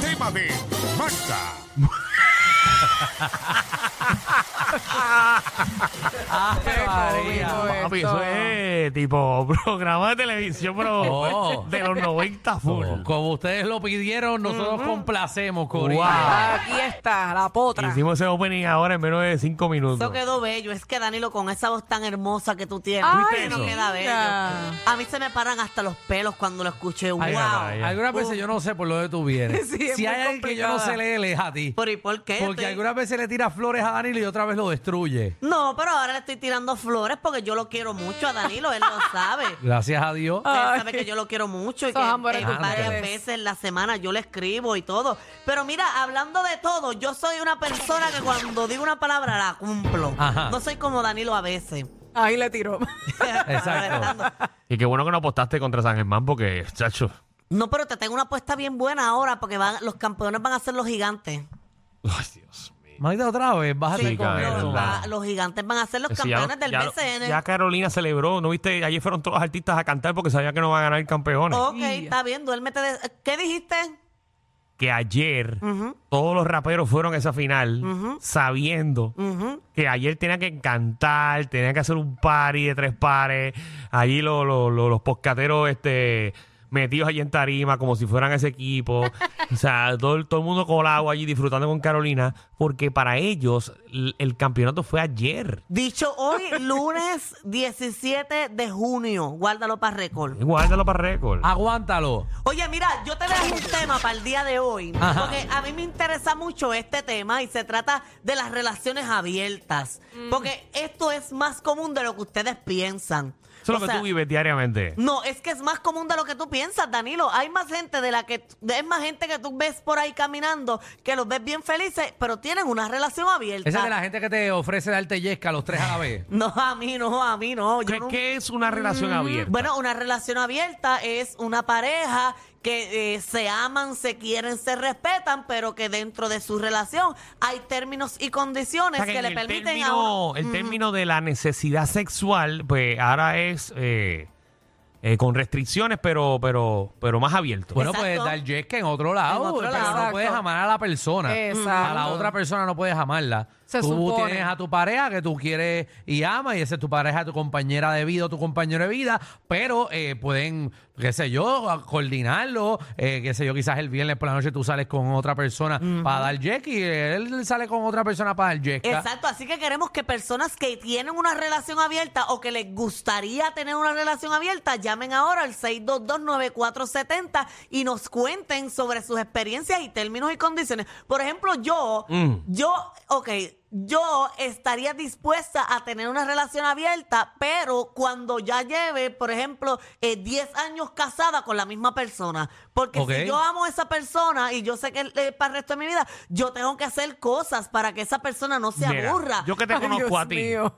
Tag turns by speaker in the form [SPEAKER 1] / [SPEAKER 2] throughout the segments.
[SPEAKER 1] tema de Magda.
[SPEAKER 2] Papi, Ah, pues, eso es tipo programa de televisión, pero
[SPEAKER 3] Oh.
[SPEAKER 2] de los 90 full.
[SPEAKER 3] Oh, Como ustedes lo pidieron, nosotros complacemos, Corillo.
[SPEAKER 2] Wow.
[SPEAKER 4] Aquí está, la potra.
[SPEAKER 2] Hicimos ese opening ahora en menos de 5 minutos.
[SPEAKER 5] Eso quedó bello. Es que Danilo, con esa voz tan hermosa que tú tienes,
[SPEAKER 4] Ay,
[SPEAKER 5] no
[SPEAKER 3] eso?
[SPEAKER 5] queda bello.
[SPEAKER 4] mira.
[SPEAKER 5] A mí se me paran hasta los pelos cuando lo escuché. ¡Wow!
[SPEAKER 3] Ay,
[SPEAKER 2] caray.
[SPEAKER 3] Algunas veces yo no sé por lo de tú vienes.
[SPEAKER 4] Sí, es
[SPEAKER 3] si
[SPEAKER 4] muy
[SPEAKER 3] hay alguien que yo no
[SPEAKER 4] complicada.
[SPEAKER 3] sé leer, es a ti.
[SPEAKER 5] ¿Pero y por qué?
[SPEAKER 3] Porque
[SPEAKER 5] Estoy-
[SPEAKER 3] algunas veces le tira flores a Danilo y otra vez lo destruye.
[SPEAKER 5] No, pero ahora le estoy tirando flores porque yo lo quiero mucho a Danilo. Él lo sabe.
[SPEAKER 3] Gracias a Dios.
[SPEAKER 5] Él
[SPEAKER 4] Ay.
[SPEAKER 5] sabe que yo lo quiero mucho y
[SPEAKER 4] Esos
[SPEAKER 5] que
[SPEAKER 4] ambos eran
[SPEAKER 5] eh,
[SPEAKER 4] culpables.
[SPEAKER 5] varias veces en la semana yo le escribo y todo. Pero mira, hablando de todo, yo soy una persona que cuando digo una palabra la cumplo.
[SPEAKER 3] Ajá.
[SPEAKER 5] No soy como Danilo a veces.
[SPEAKER 4] Ahí le tiró.
[SPEAKER 3] Exacto.
[SPEAKER 2] Y qué bueno que no apostaste contra San Germán porque, chacho,
[SPEAKER 5] No, pero te tengo una apuesta bien buena ahora porque van- los campeones van a ser los gigantes.
[SPEAKER 2] ay Dios mío.
[SPEAKER 3] Magda, otra vez, bájate
[SPEAKER 2] Sí,
[SPEAKER 3] con
[SPEAKER 2] cabrón,
[SPEAKER 3] eso.
[SPEAKER 2] verdad.
[SPEAKER 5] Ah, los gigantes van a ser los
[SPEAKER 2] Es que ya
[SPEAKER 5] campeones
[SPEAKER 2] lo-
[SPEAKER 5] del
[SPEAKER 2] ya lo-
[SPEAKER 5] BCN.
[SPEAKER 2] Ya Carolina celebró, ¿no viste? Ayer fueron todos los artistas a cantar porque sabían que no van a ganar campeones.
[SPEAKER 5] ok,
[SPEAKER 4] Sí.
[SPEAKER 5] está bien, duérmete. de- ¿Qué dijiste?
[SPEAKER 2] Que ayer todos los raperos fueron a esa final sabiendo que ayer tenía que cantar, tenía que hacer un party de tres pares. Allí lo- lo- lo- los poscateros este, metidos allí en tarima como si fueran ese equipo. o sea, todo, el- todo el mundo colado allí disfrutando con Carolina porque para ellos l- el campeonato fue ayer.
[SPEAKER 5] Dicho hoy, lunes 17 de junio. Guárdalo para récord.
[SPEAKER 2] Guárdalo para récord.
[SPEAKER 5] Ah,
[SPEAKER 3] Aguántalo.
[SPEAKER 5] Oye, mira, yo te dejo un tema para el día de hoy.
[SPEAKER 3] Ajá.
[SPEAKER 5] Porque a mí me interesa mucho este tema y se trata de las relaciones abiertas. Porque esto es más común de lo que ustedes piensan.
[SPEAKER 2] Eso es
[SPEAKER 5] O
[SPEAKER 2] lo que
[SPEAKER 5] sea,
[SPEAKER 2] tú vives diariamente.
[SPEAKER 5] No, es que es más común de lo que tú piensas, Danilo. Hay más gente de la que es más gente que tú ves por ahí caminando, que los ves bien felices, pero tienen una relación abierta.
[SPEAKER 3] Esa es de la gente que te ofrece darte yesca a los tres a la vez.
[SPEAKER 5] No, a mí no, a mí no. Yo
[SPEAKER 2] ¿Qué,
[SPEAKER 5] nunca-
[SPEAKER 2] qué es una relación abierta?
[SPEAKER 5] Bueno, una relación abierta es una pareja que eh, se aman, se quieren, se respetan, pero que dentro de su relación hay términos y
[SPEAKER 2] O
[SPEAKER 5] condiciones
[SPEAKER 2] sea,
[SPEAKER 5] Pues que,
[SPEAKER 2] en
[SPEAKER 5] le
[SPEAKER 2] el
[SPEAKER 5] permiten a
[SPEAKER 2] término,
[SPEAKER 5] uno-
[SPEAKER 2] el término de la necesidad sexual, pues ahora es eh, eh, con restricciones, pero, pero, pero más abierto.
[SPEAKER 3] Bueno,
[SPEAKER 5] Exacto.
[SPEAKER 3] pues dar yesca en otro lado,
[SPEAKER 5] En otro
[SPEAKER 3] pero no
[SPEAKER 5] lado.
[SPEAKER 3] puedes amar a la persona.
[SPEAKER 4] Exacto.
[SPEAKER 3] A la otra persona no puedes amarla.
[SPEAKER 4] Se
[SPEAKER 3] tú
[SPEAKER 4] supone.
[SPEAKER 3] tienes a tu pareja que tú quieres y amas, y esa es tu pareja, tu compañera de vida o tu compañero de vida, pero eh, pueden, qué sé yo, a- coordinarlo, eh, qué sé yo, quizás el viernes por la noche tú sales con otra persona para dar yesca y él sale con otra persona para dar yesca.
[SPEAKER 5] Exacto, así que queremos que personas que tienen una relación abierta o que les gustaría tener una relación abierta llamen ahora al 6229470 y nos cuenten sobre sus experiencias y términos y condiciones. Por ejemplo, yo, yo, ok, yo estaría dispuesta a tener una relación abierta, pero cuando ya lleve, por ejemplo, eh, 10 años casada con la misma persona, porque
[SPEAKER 3] Ok.
[SPEAKER 5] si yo amo a esa persona y yo sé que eh, para el resto de mi vida yo tengo que hacer cosas para que esa persona no se
[SPEAKER 2] Mira,
[SPEAKER 5] aburra.
[SPEAKER 2] Yo que te
[SPEAKER 4] Ay,
[SPEAKER 2] conozco
[SPEAKER 4] Dios
[SPEAKER 2] a ti.
[SPEAKER 4] mío.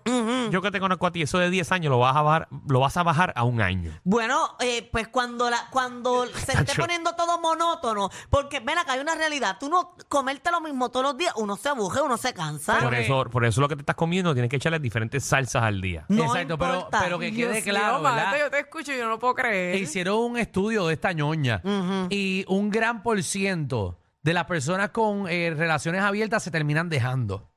[SPEAKER 2] Yo que te conozco a ti, eso de 10 años lo vas a bajar, lo vas a bajar a un año.
[SPEAKER 5] Bueno, eh, pues cuando la, cuando se esté
[SPEAKER 2] Tacho.
[SPEAKER 5] poniendo todo monótono, porque ven acá hay una realidad, tú no comerte lo mismo todos los días, uno se aburre, uno se cansa.
[SPEAKER 2] Por e- eso, por eso lo que te estás comiendo tienes que echarle diferentes salsas al día.
[SPEAKER 5] no
[SPEAKER 3] Exacto, pero,
[SPEAKER 5] importa.
[SPEAKER 3] pero que quede
[SPEAKER 4] Dios
[SPEAKER 3] claro,
[SPEAKER 4] mío, Marta,
[SPEAKER 3] ¿verdad?
[SPEAKER 4] yo te escucho y yo no lo puedo creer.
[SPEAKER 3] E Hicieron un estudio de esta ñoña y un gran por ciento de las personas con eh, relaciones abiertas se terminan dejando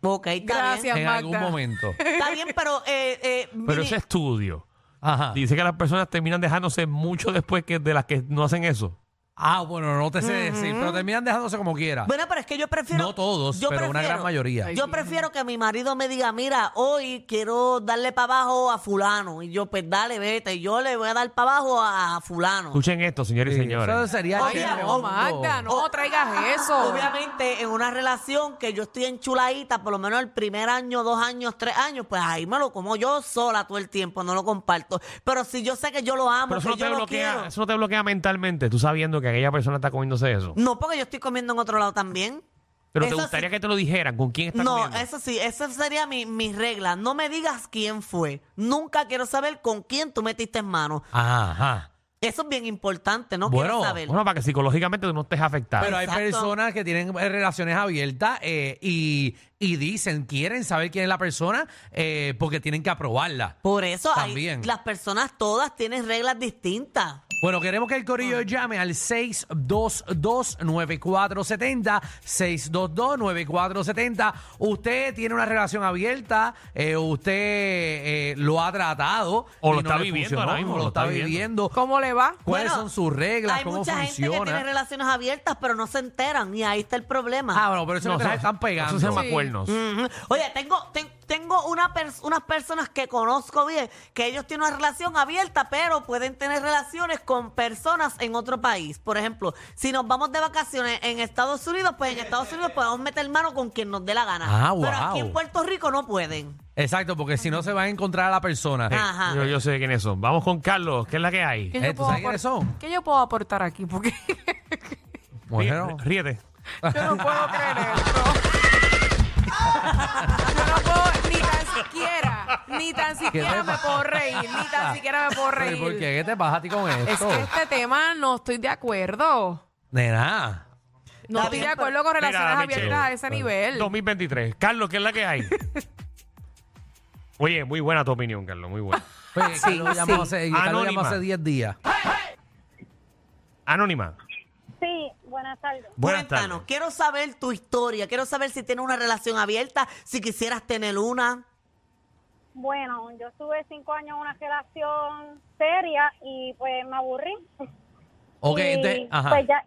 [SPEAKER 5] ok, está
[SPEAKER 4] Gracias,
[SPEAKER 3] en
[SPEAKER 4] Magda.
[SPEAKER 3] algún momento.
[SPEAKER 5] bien. Está bien, pero eh, eh,
[SPEAKER 2] Pero
[SPEAKER 5] mini-
[SPEAKER 2] ese estudio
[SPEAKER 3] Ajá.
[SPEAKER 2] dice que las personas terminan dejándose mucho después que de las que no hacen eso.
[SPEAKER 3] Ah, bueno, no te sé decir, pero terminan dejándose como quiera.
[SPEAKER 5] Bueno, pero es que yo prefiero.
[SPEAKER 3] No todos, pero una gran mayoría.
[SPEAKER 5] Yo prefiero que mi marido me diga, mira, hoy quiero darle para abajo a fulano. Y yo, pues dale, vete. Yo le voy a dar para abajo a fulano.
[SPEAKER 2] Escuchen esto, señores y
[SPEAKER 3] Sí, Eso
[SPEAKER 2] señores.
[SPEAKER 3] sería
[SPEAKER 5] Oye,
[SPEAKER 3] chévere,
[SPEAKER 5] no,
[SPEAKER 3] hondo.
[SPEAKER 4] Magda, no
[SPEAKER 5] Oh.
[SPEAKER 4] traigas eso.
[SPEAKER 5] Obviamente, en una relación que yo estoy enchuladita, por lo menos el primer año, dos años, tres años, pues ahí me lo como yo sola todo el tiempo, no lo comparto. Pero si yo sé que yo lo amo,
[SPEAKER 2] Pero eso no,
[SPEAKER 5] que yo
[SPEAKER 2] te
[SPEAKER 5] lo
[SPEAKER 2] bloquea,
[SPEAKER 5] quiero.
[SPEAKER 2] eso no te bloquea mentalmente, tú sabiendo que aquella persona está comiéndose eso.
[SPEAKER 5] No, porque yo estoy comiendo en otro lado también.
[SPEAKER 2] Pero
[SPEAKER 5] Eso
[SPEAKER 2] te
[SPEAKER 5] sí.
[SPEAKER 2] gustaría que te lo dijeran, con quién está
[SPEAKER 5] No,
[SPEAKER 2] comiendo.
[SPEAKER 5] eso sí, esa sería mi, mi regla. No me digas quién fue. Nunca quiero saber con quién tú metiste en mano.
[SPEAKER 3] Ajá.
[SPEAKER 5] Eso es bien importante, no
[SPEAKER 3] Bueno,
[SPEAKER 5] quiero saber.
[SPEAKER 2] Bueno, para que psicológicamente tú no estés afectado.
[SPEAKER 3] Pero hay
[SPEAKER 5] Exacto.
[SPEAKER 3] personas que tienen eh, relaciones abiertas eh, y, y dicen, quieren saber quién es la persona eh, porque tienen que aprobarla.
[SPEAKER 5] Por eso hay,
[SPEAKER 3] También.
[SPEAKER 5] las personas todas tienen reglas distintas.
[SPEAKER 3] Bueno, queremos que el corillo llame al 622-9470, 622-9470. Usted tiene una relación abierta, eh, usted eh, lo ha tratado.
[SPEAKER 2] O
[SPEAKER 3] y
[SPEAKER 2] lo está
[SPEAKER 3] le
[SPEAKER 2] viviendo
[SPEAKER 3] funcionó,
[SPEAKER 2] ahora mismo,
[SPEAKER 3] o lo está viviendo.
[SPEAKER 4] ¿Cómo le va?
[SPEAKER 3] ¿Cuáles
[SPEAKER 5] Bueno,
[SPEAKER 3] Pues son sus reglas?
[SPEAKER 5] Hay
[SPEAKER 3] ¿Cómo
[SPEAKER 5] mucha gente que
[SPEAKER 3] funciona?
[SPEAKER 5] tiene relaciones abiertas, pero no se enteran, y ahí está el problema.
[SPEAKER 3] Ah, bueno, pero eso
[SPEAKER 2] No,
[SPEAKER 3] no, te las
[SPEAKER 2] eso-
[SPEAKER 3] están pegando.
[SPEAKER 2] Eso se llama
[SPEAKER 4] Sí.
[SPEAKER 2] cuernos.
[SPEAKER 5] Ujú. Oye, tengo, ten- tengo una pers- unas personas que conozco bien, que ellos tienen una relación abierta, pero pueden tener relaciones con personas en otro país. Por ejemplo, si nos vamos de vacaciones en Estados Unidos, pues en Estados Unidos podemos meter mano con quien nos dé la gana.
[SPEAKER 3] Ah,
[SPEAKER 5] Pero
[SPEAKER 3] wow.
[SPEAKER 5] aquí en Puerto Rico no pueden.
[SPEAKER 3] Exacto, porque si no se va a encontrar a la persona.
[SPEAKER 5] Ajá.
[SPEAKER 2] Yo, yo sé quiénes son. Vamos con Carlos, ¿qué es la que hay?
[SPEAKER 4] Ah. ¿Qué
[SPEAKER 3] Eh,
[SPEAKER 4] yo
[SPEAKER 3] ¿tú
[SPEAKER 4] puedo
[SPEAKER 3] sabes quiénes
[SPEAKER 4] apor-
[SPEAKER 3] son?
[SPEAKER 4] ¿Qué yo puedo aportar aquí? Porque
[SPEAKER 2] Rí-
[SPEAKER 3] Bueno,
[SPEAKER 2] Ríete.
[SPEAKER 4] yo no puedo creer esto. Yo no puedo, ni tan siquiera, ni tan siquiera
[SPEAKER 3] te
[SPEAKER 4] me
[SPEAKER 3] pasa?
[SPEAKER 4] puedo reír, ni tan siquiera me puedo
[SPEAKER 3] ¿y
[SPEAKER 4] reír.
[SPEAKER 3] ¿por qué? Oh. ¿Qué te pasa a ti con
[SPEAKER 4] Es
[SPEAKER 3] esto?
[SPEAKER 4] que este tema no estoy de acuerdo.
[SPEAKER 3] Nena.
[SPEAKER 4] No
[SPEAKER 5] Está
[SPEAKER 4] estoy
[SPEAKER 5] bien,
[SPEAKER 4] de acuerdo con relaciones
[SPEAKER 2] Mira, Michelle,
[SPEAKER 4] abiertas a ese nivel.
[SPEAKER 2] 2023. Carlos, ¿qué es la que hay? Oye, muy buena tu opinión, Carlos, muy buena.
[SPEAKER 4] Ah.
[SPEAKER 3] Oye,
[SPEAKER 4] Sí,
[SPEAKER 3] Pues, Carlos llamó
[SPEAKER 4] sí.
[SPEAKER 3] hace- Carlos llamó
[SPEAKER 2] Anónima.
[SPEAKER 3] hace 10 días.
[SPEAKER 2] Anónima.
[SPEAKER 6] Sí, buenas tardes.
[SPEAKER 2] Buenas
[SPEAKER 5] Cuéntanos,
[SPEAKER 2] tardes.
[SPEAKER 5] quiero saber tu historia, quiero saber si tienes una relación abierta, si quisieras tener una.
[SPEAKER 6] Bueno, yo estuve cinco años en una relación seria y pues me aburrí.
[SPEAKER 3] Ok,
[SPEAKER 6] Y,
[SPEAKER 3] ente- ajá.
[SPEAKER 6] Pues ya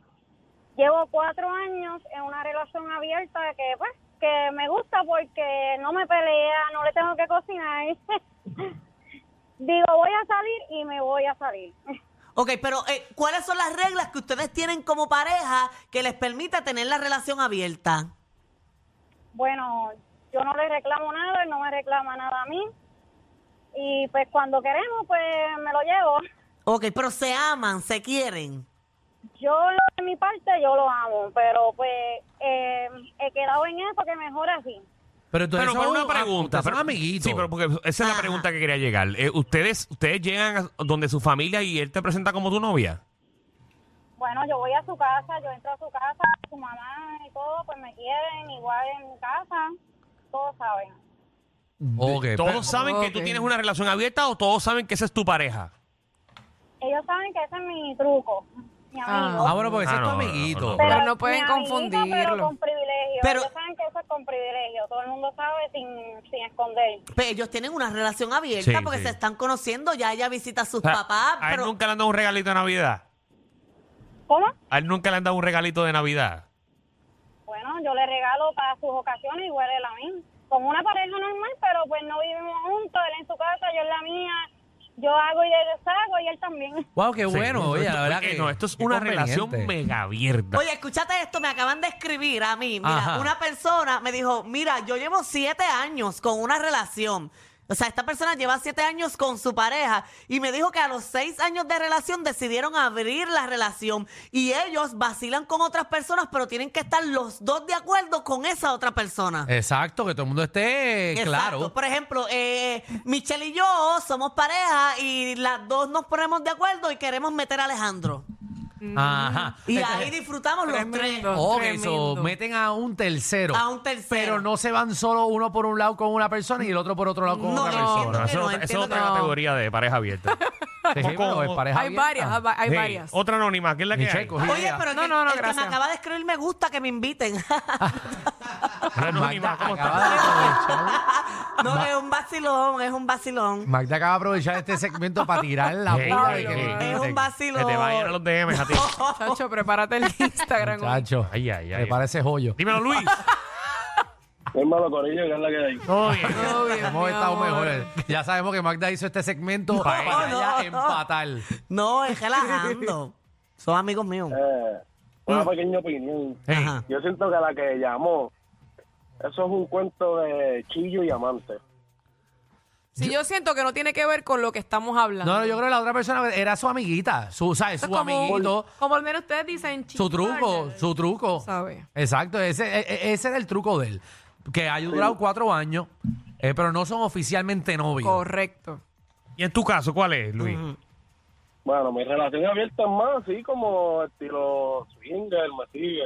[SPEAKER 6] llevo cuatro años en una relación abierta que pues que me gusta porque no me pelea, no le tengo que cocinar. Digo, voy a salir y me voy a salir.
[SPEAKER 5] Ok, pero eh, ¿cuáles son las reglas que ustedes tienen como pareja que les permita tener la relación abierta?
[SPEAKER 6] Bueno, yo no le reclamo nada, él no me reclama nada a mí. Y pues cuando queremos, pues me lo llevo.
[SPEAKER 5] Ok, pero se aman, se quieren.
[SPEAKER 6] Yo, lo- de mi parte, yo lo amo, pero pues eh, he quedado en eso que mejor así.
[SPEAKER 3] Pero entonces
[SPEAKER 2] Pero
[SPEAKER 3] son-
[SPEAKER 2] para una
[SPEAKER 3] ah,
[SPEAKER 2] pregunta,
[SPEAKER 3] ustedes son
[SPEAKER 2] pero,
[SPEAKER 3] amiguitos.
[SPEAKER 2] Sí, pero porque esa es la
[SPEAKER 5] Ajá.
[SPEAKER 2] pregunta que quería llegar. Eh, ustedes, ustedes llegan a donde su familia y él te presenta como tu novia.
[SPEAKER 6] Bueno, yo voy a su casa, yo entro a su casa, su mamá y todo, pues me quieren igual en mi casa, todos saben.
[SPEAKER 3] Ok,
[SPEAKER 2] Todos
[SPEAKER 3] pero-
[SPEAKER 2] saben que tú
[SPEAKER 4] Ok.
[SPEAKER 2] tienes una relación abierta o todos saben que esa es tu pareja.
[SPEAKER 6] Ellos saben que ese es mi truco, mi amigo.
[SPEAKER 3] Ah, bueno, porque ese
[SPEAKER 2] Ah,
[SPEAKER 3] es tu
[SPEAKER 2] no, no,
[SPEAKER 3] amiguito.
[SPEAKER 2] no, no,
[SPEAKER 6] Pero,
[SPEAKER 4] no pueden
[SPEAKER 6] mi amigo,
[SPEAKER 4] confundirlo.
[SPEAKER 6] Pero con privilegio.
[SPEAKER 5] Pero-
[SPEAKER 6] Ellos saben que eso es con privilegio. Todo el mundo sabe sin, sin esconder.
[SPEAKER 5] Pero ellos tienen una relación abierta
[SPEAKER 2] Sí,
[SPEAKER 5] porque
[SPEAKER 2] sí.
[SPEAKER 5] se están conociendo, ya ella visita a sus
[SPEAKER 2] O sea,
[SPEAKER 5] papás,
[SPEAKER 2] a él
[SPEAKER 5] pero
[SPEAKER 2] nunca le han dado un regalito de Navidad.
[SPEAKER 6] ¿Cómo?
[SPEAKER 2] A él nunca le han dado un regalito de Navidad.
[SPEAKER 6] Bueno, yo le regalo para sus ocasiones igual él a mí. Como una pareja normal, pero pues no vivimos juntos. Él en su casa, yo en la mía. Yo hago y él hago y él también.
[SPEAKER 3] Wow, qué
[SPEAKER 2] Sí,
[SPEAKER 3] bueno. Oye,
[SPEAKER 2] esto-
[SPEAKER 3] la verdad
[SPEAKER 2] oye,
[SPEAKER 3] que.
[SPEAKER 2] no, esto es
[SPEAKER 3] qué
[SPEAKER 2] una
[SPEAKER 3] conveniente.
[SPEAKER 2] relación mega abierta.
[SPEAKER 5] Oye, escúchate esto, me acaban de escribir a mí. Mira,
[SPEAKER 3] Ajá.
[SPEAKER 5] una persona me dijo, mira, yo llevo siete años con una relación. O sea, esta persona lleva siete años con su pareja y me dijo que a los seis años de relación decidieron abrir la relación y ellos vacilan con otras personas, pero tienen que estar los dos de acuerdo con esa otra persona.
[SPEAKER 3] Exacto, que todo el mundo esté eh,
[SPEAKER 5] Exacto.
[SPEAKER 3] claro.
[SPEAKER 5] Por ejemplo, eh, Michelle y yo somos pareja y las dos nos ponemos de acuerdo y queremos meter a Alejandro. Mm.
[SPEAKER 3] Ajá.
[SPEAKER 5] Y
[SPEAKER 3] Entonces-
[SPEAKER 5] ahí disfrutamos los tres.
[SPEAKER 4] Tremendo.
[SPEAKER 3] Ok,
[SPEAKER 4] Tremendo.
[SPEAKER 3] so, meten a un tercero.
[SPEAKER 5] A un tercero.
[SPEAKER 3] Pero no se van solo uno por un lado con una persona y el otro por otro lado con
[SPEAKER 5] No,
[SPEAKER 3] otra
[SPEAKER 5] no,
[SPEAKER 3] persona.
[SPEAKER 2] Bueno,
[SPEAKER 5] que
[SPEAKER 2] eso
[SPEAKER 5] no,
[SPEAKER 2] es otra- esa es
[SPEAKER 5] entiendo
[SPEAKER 2] otra
[SPEAKER 4] que no.
[SPEAKER 2] categoría de pareja abierta.
[SPEAKER 3] Sí,
[SPEAKER 5] Pues
[SPEAKER 3] pero es pareja
[SPEAKER 4] Hay
[SPEAKER 3] abierta.
[SPEAKER 4] varias, hay va- hay
[SPEAKER 3] Sí. Oh.
[SPEAKER 4] varias.
[SPEAKER 2] Otra anónima, ¿qué es la que
[SPEAKER 3] Michelle,
[SPEAKER 2] hay?
[SPEAKER 3] cogí
[SPEAKER 5] Oye,
[SPEAKER 3] idea.
[SPEAKER 5] pero el
[SPEAKER 4] No,
[SPEAKER 5] que-
[SPEAKER 4] no, no,
[SPEAKER 5] el que me
[SPEAKER 4] gracias.
[SPEAKER 5] acaba de escribir me gusta que me inviten.
[SPEAKER 2] Anónima,
[SPEAKER 3] Magda
[SPEAKER 2] ¿cómo
[SPEAKER 3] acaba de aprovechar.
[SPEAKER 5] No, es un vacilón, es un vacilón.
[SPEAKER 3] Magda acaba de aprovechar este segmento para tirar la
[SPEAKER 2] Ey,
[SPEAKER 3] boca
[SPEAKER 2] ey,
[SPEAKER 3] de que
[SPEAKER 2] ey, ey,
[SPEAKER 3] le
[SPEAKER 5] es un
[SPEAKER 3] quiten.
[SPEAKER 2] Que te vayan a
[SPEAKER 5] vacilón.
[SPEAKER 2] los DMs a ti.
[SPEAKER 4] Chacho, prepárate el Instagram. hoy.
[SPEAKER 3] Chacho,
[SPEAKER 2] Ay, ay, ay.
[SPEAKER 3] prepara ese joyo.
[SPEAKER 2] Dímelo, Luis.
[SPEAKER 7] Hermano Corillo, que es la que hay.
[SPEAKER 2] Todo bien.
[SPEAKER 4] Todo bien,
[SPEAKER 3] Hemos
[SPEAKER 4] mi
[SPEAKER 3] estado
[SPEAKER 4] amor.
[SPEAKER 3] mejores. Ya sabemos que Magda hizo este segmento para
[SPEAKER 5] no,
[SPEAKER 3] ya
[SPEAKER 5] no.
[SPEAKER 3] empatar.
[SPEAKER 5] No, es relajando. Son amigos míos.
[SPEAKER 7] Eh, una pequeña opinión.
[SPEAKER 2] Ey,
[SPEAKER 5] Ajá.
[SPEAKER 7] Yo siento que la que llamó, eso es un cuento de chillo y amante.
[SPEAKER 4] Si yo siento que no tiene que ver con lo que estamos hablando.
[SPEAKER 3] No, no, yo creo que la otra persona era su amiguita, su, ¿sabes?
[SPEAKER 4] Eso es
[SPEAKER 3] su amiguito,
[SPEAKER 4] Como al menos ustedes dicen,
[SPEAKER 3] su truco,
[SPEAKER 4] chiquita,
[SPEAKER 3] su truco.
[SPEAKER 4] ¿Sabe?
[SPEAKER 3] Exacto, ese, e- e- ese era el truco de él, que ha durado cuatro años, eh, pero no son oficialmente novios.
[SPEAKER 4] Correcto.
[SPEAKER 2] ¿Y en tu caso cuál es, Luis?
[SPEAKER 7] Bueno, mi relación abierta es más así como estilo swinger, me sigue.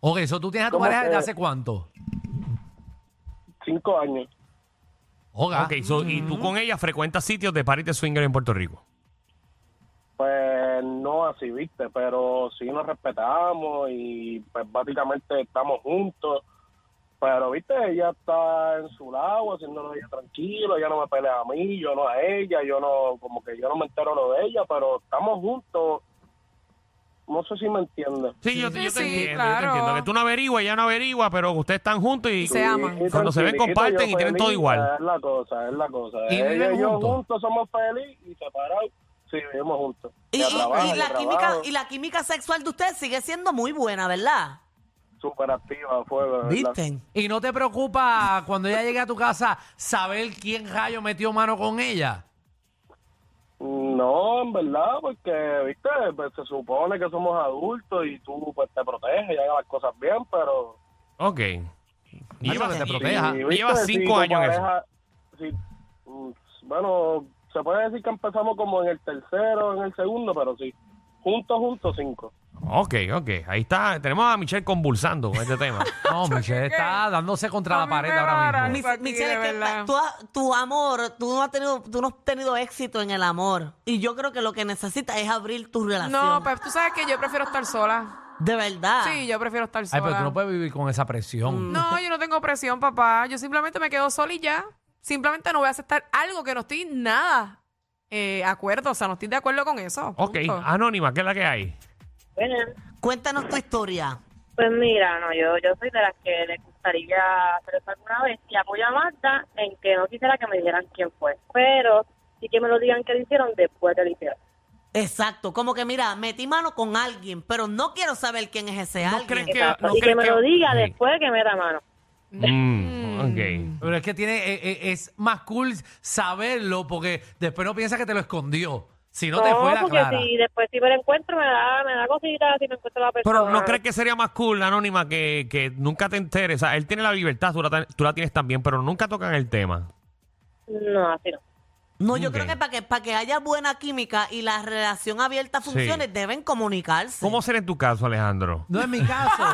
[SPEAKER 3] Ok, eso tú tienes a tu
[SPEAKER 7] ¿Cómo
[SPEAKER 3] pareja desde
[SPEAKER 7] que?
[SPEAKER 3] hace cuánto?
[SPEAKER 7] Cinco años.
[SPEAKER 3] Oga.
[SPEAKER 2] Ok, so, y tú con ella frecuentas sitios de party de swinger en Puerto Rico.
[SPEAKER 7] Pues no así, viste, pero sí nos respetamos y pues básicamente estamos juntos. Pero, viste, ella está en su lado, haciéndolo ella tranquilo, ella no me pelea a mí, yo no a ella, yo no, como que yo no me entero lo de ella, pero estamos juntos. No sé si me entiendes.
[SPEAKER 2] Sí, yo, te- yo
[SPEAKER 4] Sí,
[SPEAKER 2] te
[SPEAKER 4] sí,
[SPEAKER 2] entiendo, yo te
[SPEAKER 4] claro.
[SPEAKER 2] entiendo. Que tú no averiguas, ella no averigua, pero ustedes están juntos y...
[SPEAKER 4] Se aman.
[SPEAKER 7] Sí,
[SPEAKER 2] Cuando se ven,
[SPEAKER 7] tranquilito,
[SPEAKER 2] comparten
[SPEAKER 7] yo
[SPEAKER 2] y tienen todo
[SPEAKER 7] feliz,
[SPEAKER 2] igual.
[SPEAKER 7] Es la cosa, es la cosa.
[SPEAKER 3] ¿Y
[SPEAKER 7] Ella
[SPEAKER 3] viven
[SPEAKER 7] y yo
[SPEAKER 3] juntos?
[SPEAKER 7] juntos somos felices y separados. Sí, vivimos juntos.
[SPEAKER 5] Y,
[SPEAKER 7] Ella
[SPEAKER 5] y- y
[SPEAKER 7] trabaja, yo
[SPEAKER 5] la química,
[SPEAKER 7] trabajo.
[SPEAKER 5] y la química sexual de ustedes sigue siendo muy buena, ¿verdad?
[SPEAKER 7] súper activa a fuego. de verdad.
[SPEAKER 5] ¿Viste?
[SPEAKER 3] ¿Y no te preocupa cuando ella llegue a tu casa saber quién rayo metió mano con ella?
[SPEAKER 7] No, en verdad, porque, viste, pues, se supone que somos adultos y tú pues, te proteges y hagas las cosas bien, pero...
[SPEAKER 2] Ok. Y
[SPEAKER 3] Eso que
[SPEAKER 2] llevas,
[SPEAKER 3] te
[SPEAKER 2] y-
[SPEAKER 3] proteja.
[SPEAKER 7] y,
[SPEAKER 2] y
[SPEAKER 7] viste,
[SPEAKER 2] llevas
[SPEAKER 7] si
[SPEAKER 2] cinco
[SPEAKER 7] tu
[SPEAKER 2] años en eso.
[SPEAKER 7] pareja- si- mm, bueno, se puede decir que empezamos como en el tercero, en el segundo, pero sí. Juntos, juntos, cinco.
[SPEAKER 2] Ok, ok. Ahí está. Tenemos a Michelle convulsando con este tema.
[SPEAKER 3] No, Michelle está dándose contra
[SPEAKER 4] A
[SPEAKER 3] la
[SPEAKER 4] mí
[SPEAKER 3] pared
[SPEAKER 4] me va a
[SPEAKER 3] ahora
[SPEAKER 4] dar
[SPEAKER 3] mismo.
[SPEAKER 4] algo. Aquí,
[SPEAKER 5] Michelle,
[SPEAKER 4] de
[SPEAKER 5] es que
[SPEAKER 4] verdad.
[SPEAKER 5] tú ha- tu amor, tú no, has tenido, tú no has tenido éxito en el amor. Y yo creo que lo que necesitas es abrir tu relación.
[SPEAKER 4] No, pues tú sabes que yo prefiero estar sola.
[SPEAKER 5] De verdad.
[SPEAKER 4] Sí, yo prefiero estar
[SPEAKER 3] Ay,
[SPEAKER 4] sola.
[SPEAKER 3] pero tú no puedes vivir con esa presión.
[SPEAKER 4] No, yo no tengo presión, papá. Yo simplemente me quedo sola y ya. Simplemente no voy a aceptar algo que no estoy nada eh, acuerdo. O sea, no estoy de acuerdo con eso.
[SPEAKER 2] Ok,
[SPEAKER 4] punto.
[SPEAKER 2] anónima, ¿qué es la que hay?
[SPEAKER 5] Cuéntanos tu historia.
[SPEAKER 8] Pues mira, no, yo, yo soy de las que le gustaría hacer eso alguna vez y apoyo a Marta en que no quisiera que me dijeran quién fue, pero sí que me lo digan que lo hicieron después de lo hicieron.
[SPEAKER 5] Exacto. Como que mira, metí mano con alguien, pero no quiero saber quién es ese
[SPEAKER 2] ¿No
[SPEAKER 5] alguien.
[SPEAKER 2] crees que.?
[SPEAKER 8] Exacto,
[SPEAKER 2] no
[SPEAKER 8] y que
[SPEAKER 2] crees
[SPEAKER 8] me lo diga
[SPEAKER 2] Ok.
[SPEAKER 8] después de que me da mano.
[SPEAKER 2] Mm, ok.
[SPEAKER 3] Pero es que tiene, eh, eh, es más cool saberlo porque después no piensas que te lo escondió. Si no, te fue la
[SPEAKER 8] porque
[SPEAKER 3] clara.
[SPEAKER 8] si después si me lo encuentro me da, me da cositas si me encuentro la persona.
[SPEAKER 2] Pero ¿no crees que sería más cool, Anónima, que, que nunca te enteres? O sea, él tiene la libertad, tú la, tan- tú la tienes también, pero nunca tocan el tema.
[SPEAKER 8] No, así no.
[SPEAKER 5] No, yo
[SPEAKER 2] Ok.
[SPEAKER 5] creo que para que para que haya buena química y la relación abierta funcione, deben comunicarse.
[SPEAKER 2] ¿Cómo será en tu caso, Alejandro?
[SPEAKER 3] No, en mi caso,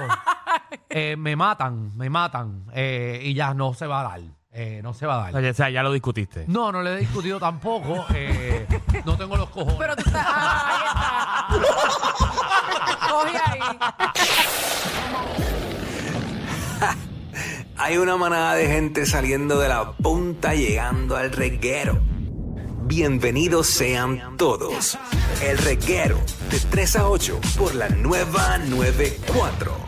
[SPEAKER 3] eh, me matan, me matan eh, y ya no se va a dar. eh, no se va a
[SPEAKER 2] O
[SPEAKER 3] dar.
[SPEAKER 2] sea, ya- o sea, ya lo discutiste.
[SPEAKER 3] No, no le he discutido tampoco. eh, no tengo los cojones.
[SPEAKER 4] Pero tú estás. Ah, ahí está. Coge ahí.
[SPEAKER 9] Hay una manada de gente saliendo de la punta llegando al reguero. Bienvenidos sean todos. El reguero de 3 a 8 por la nueva 94.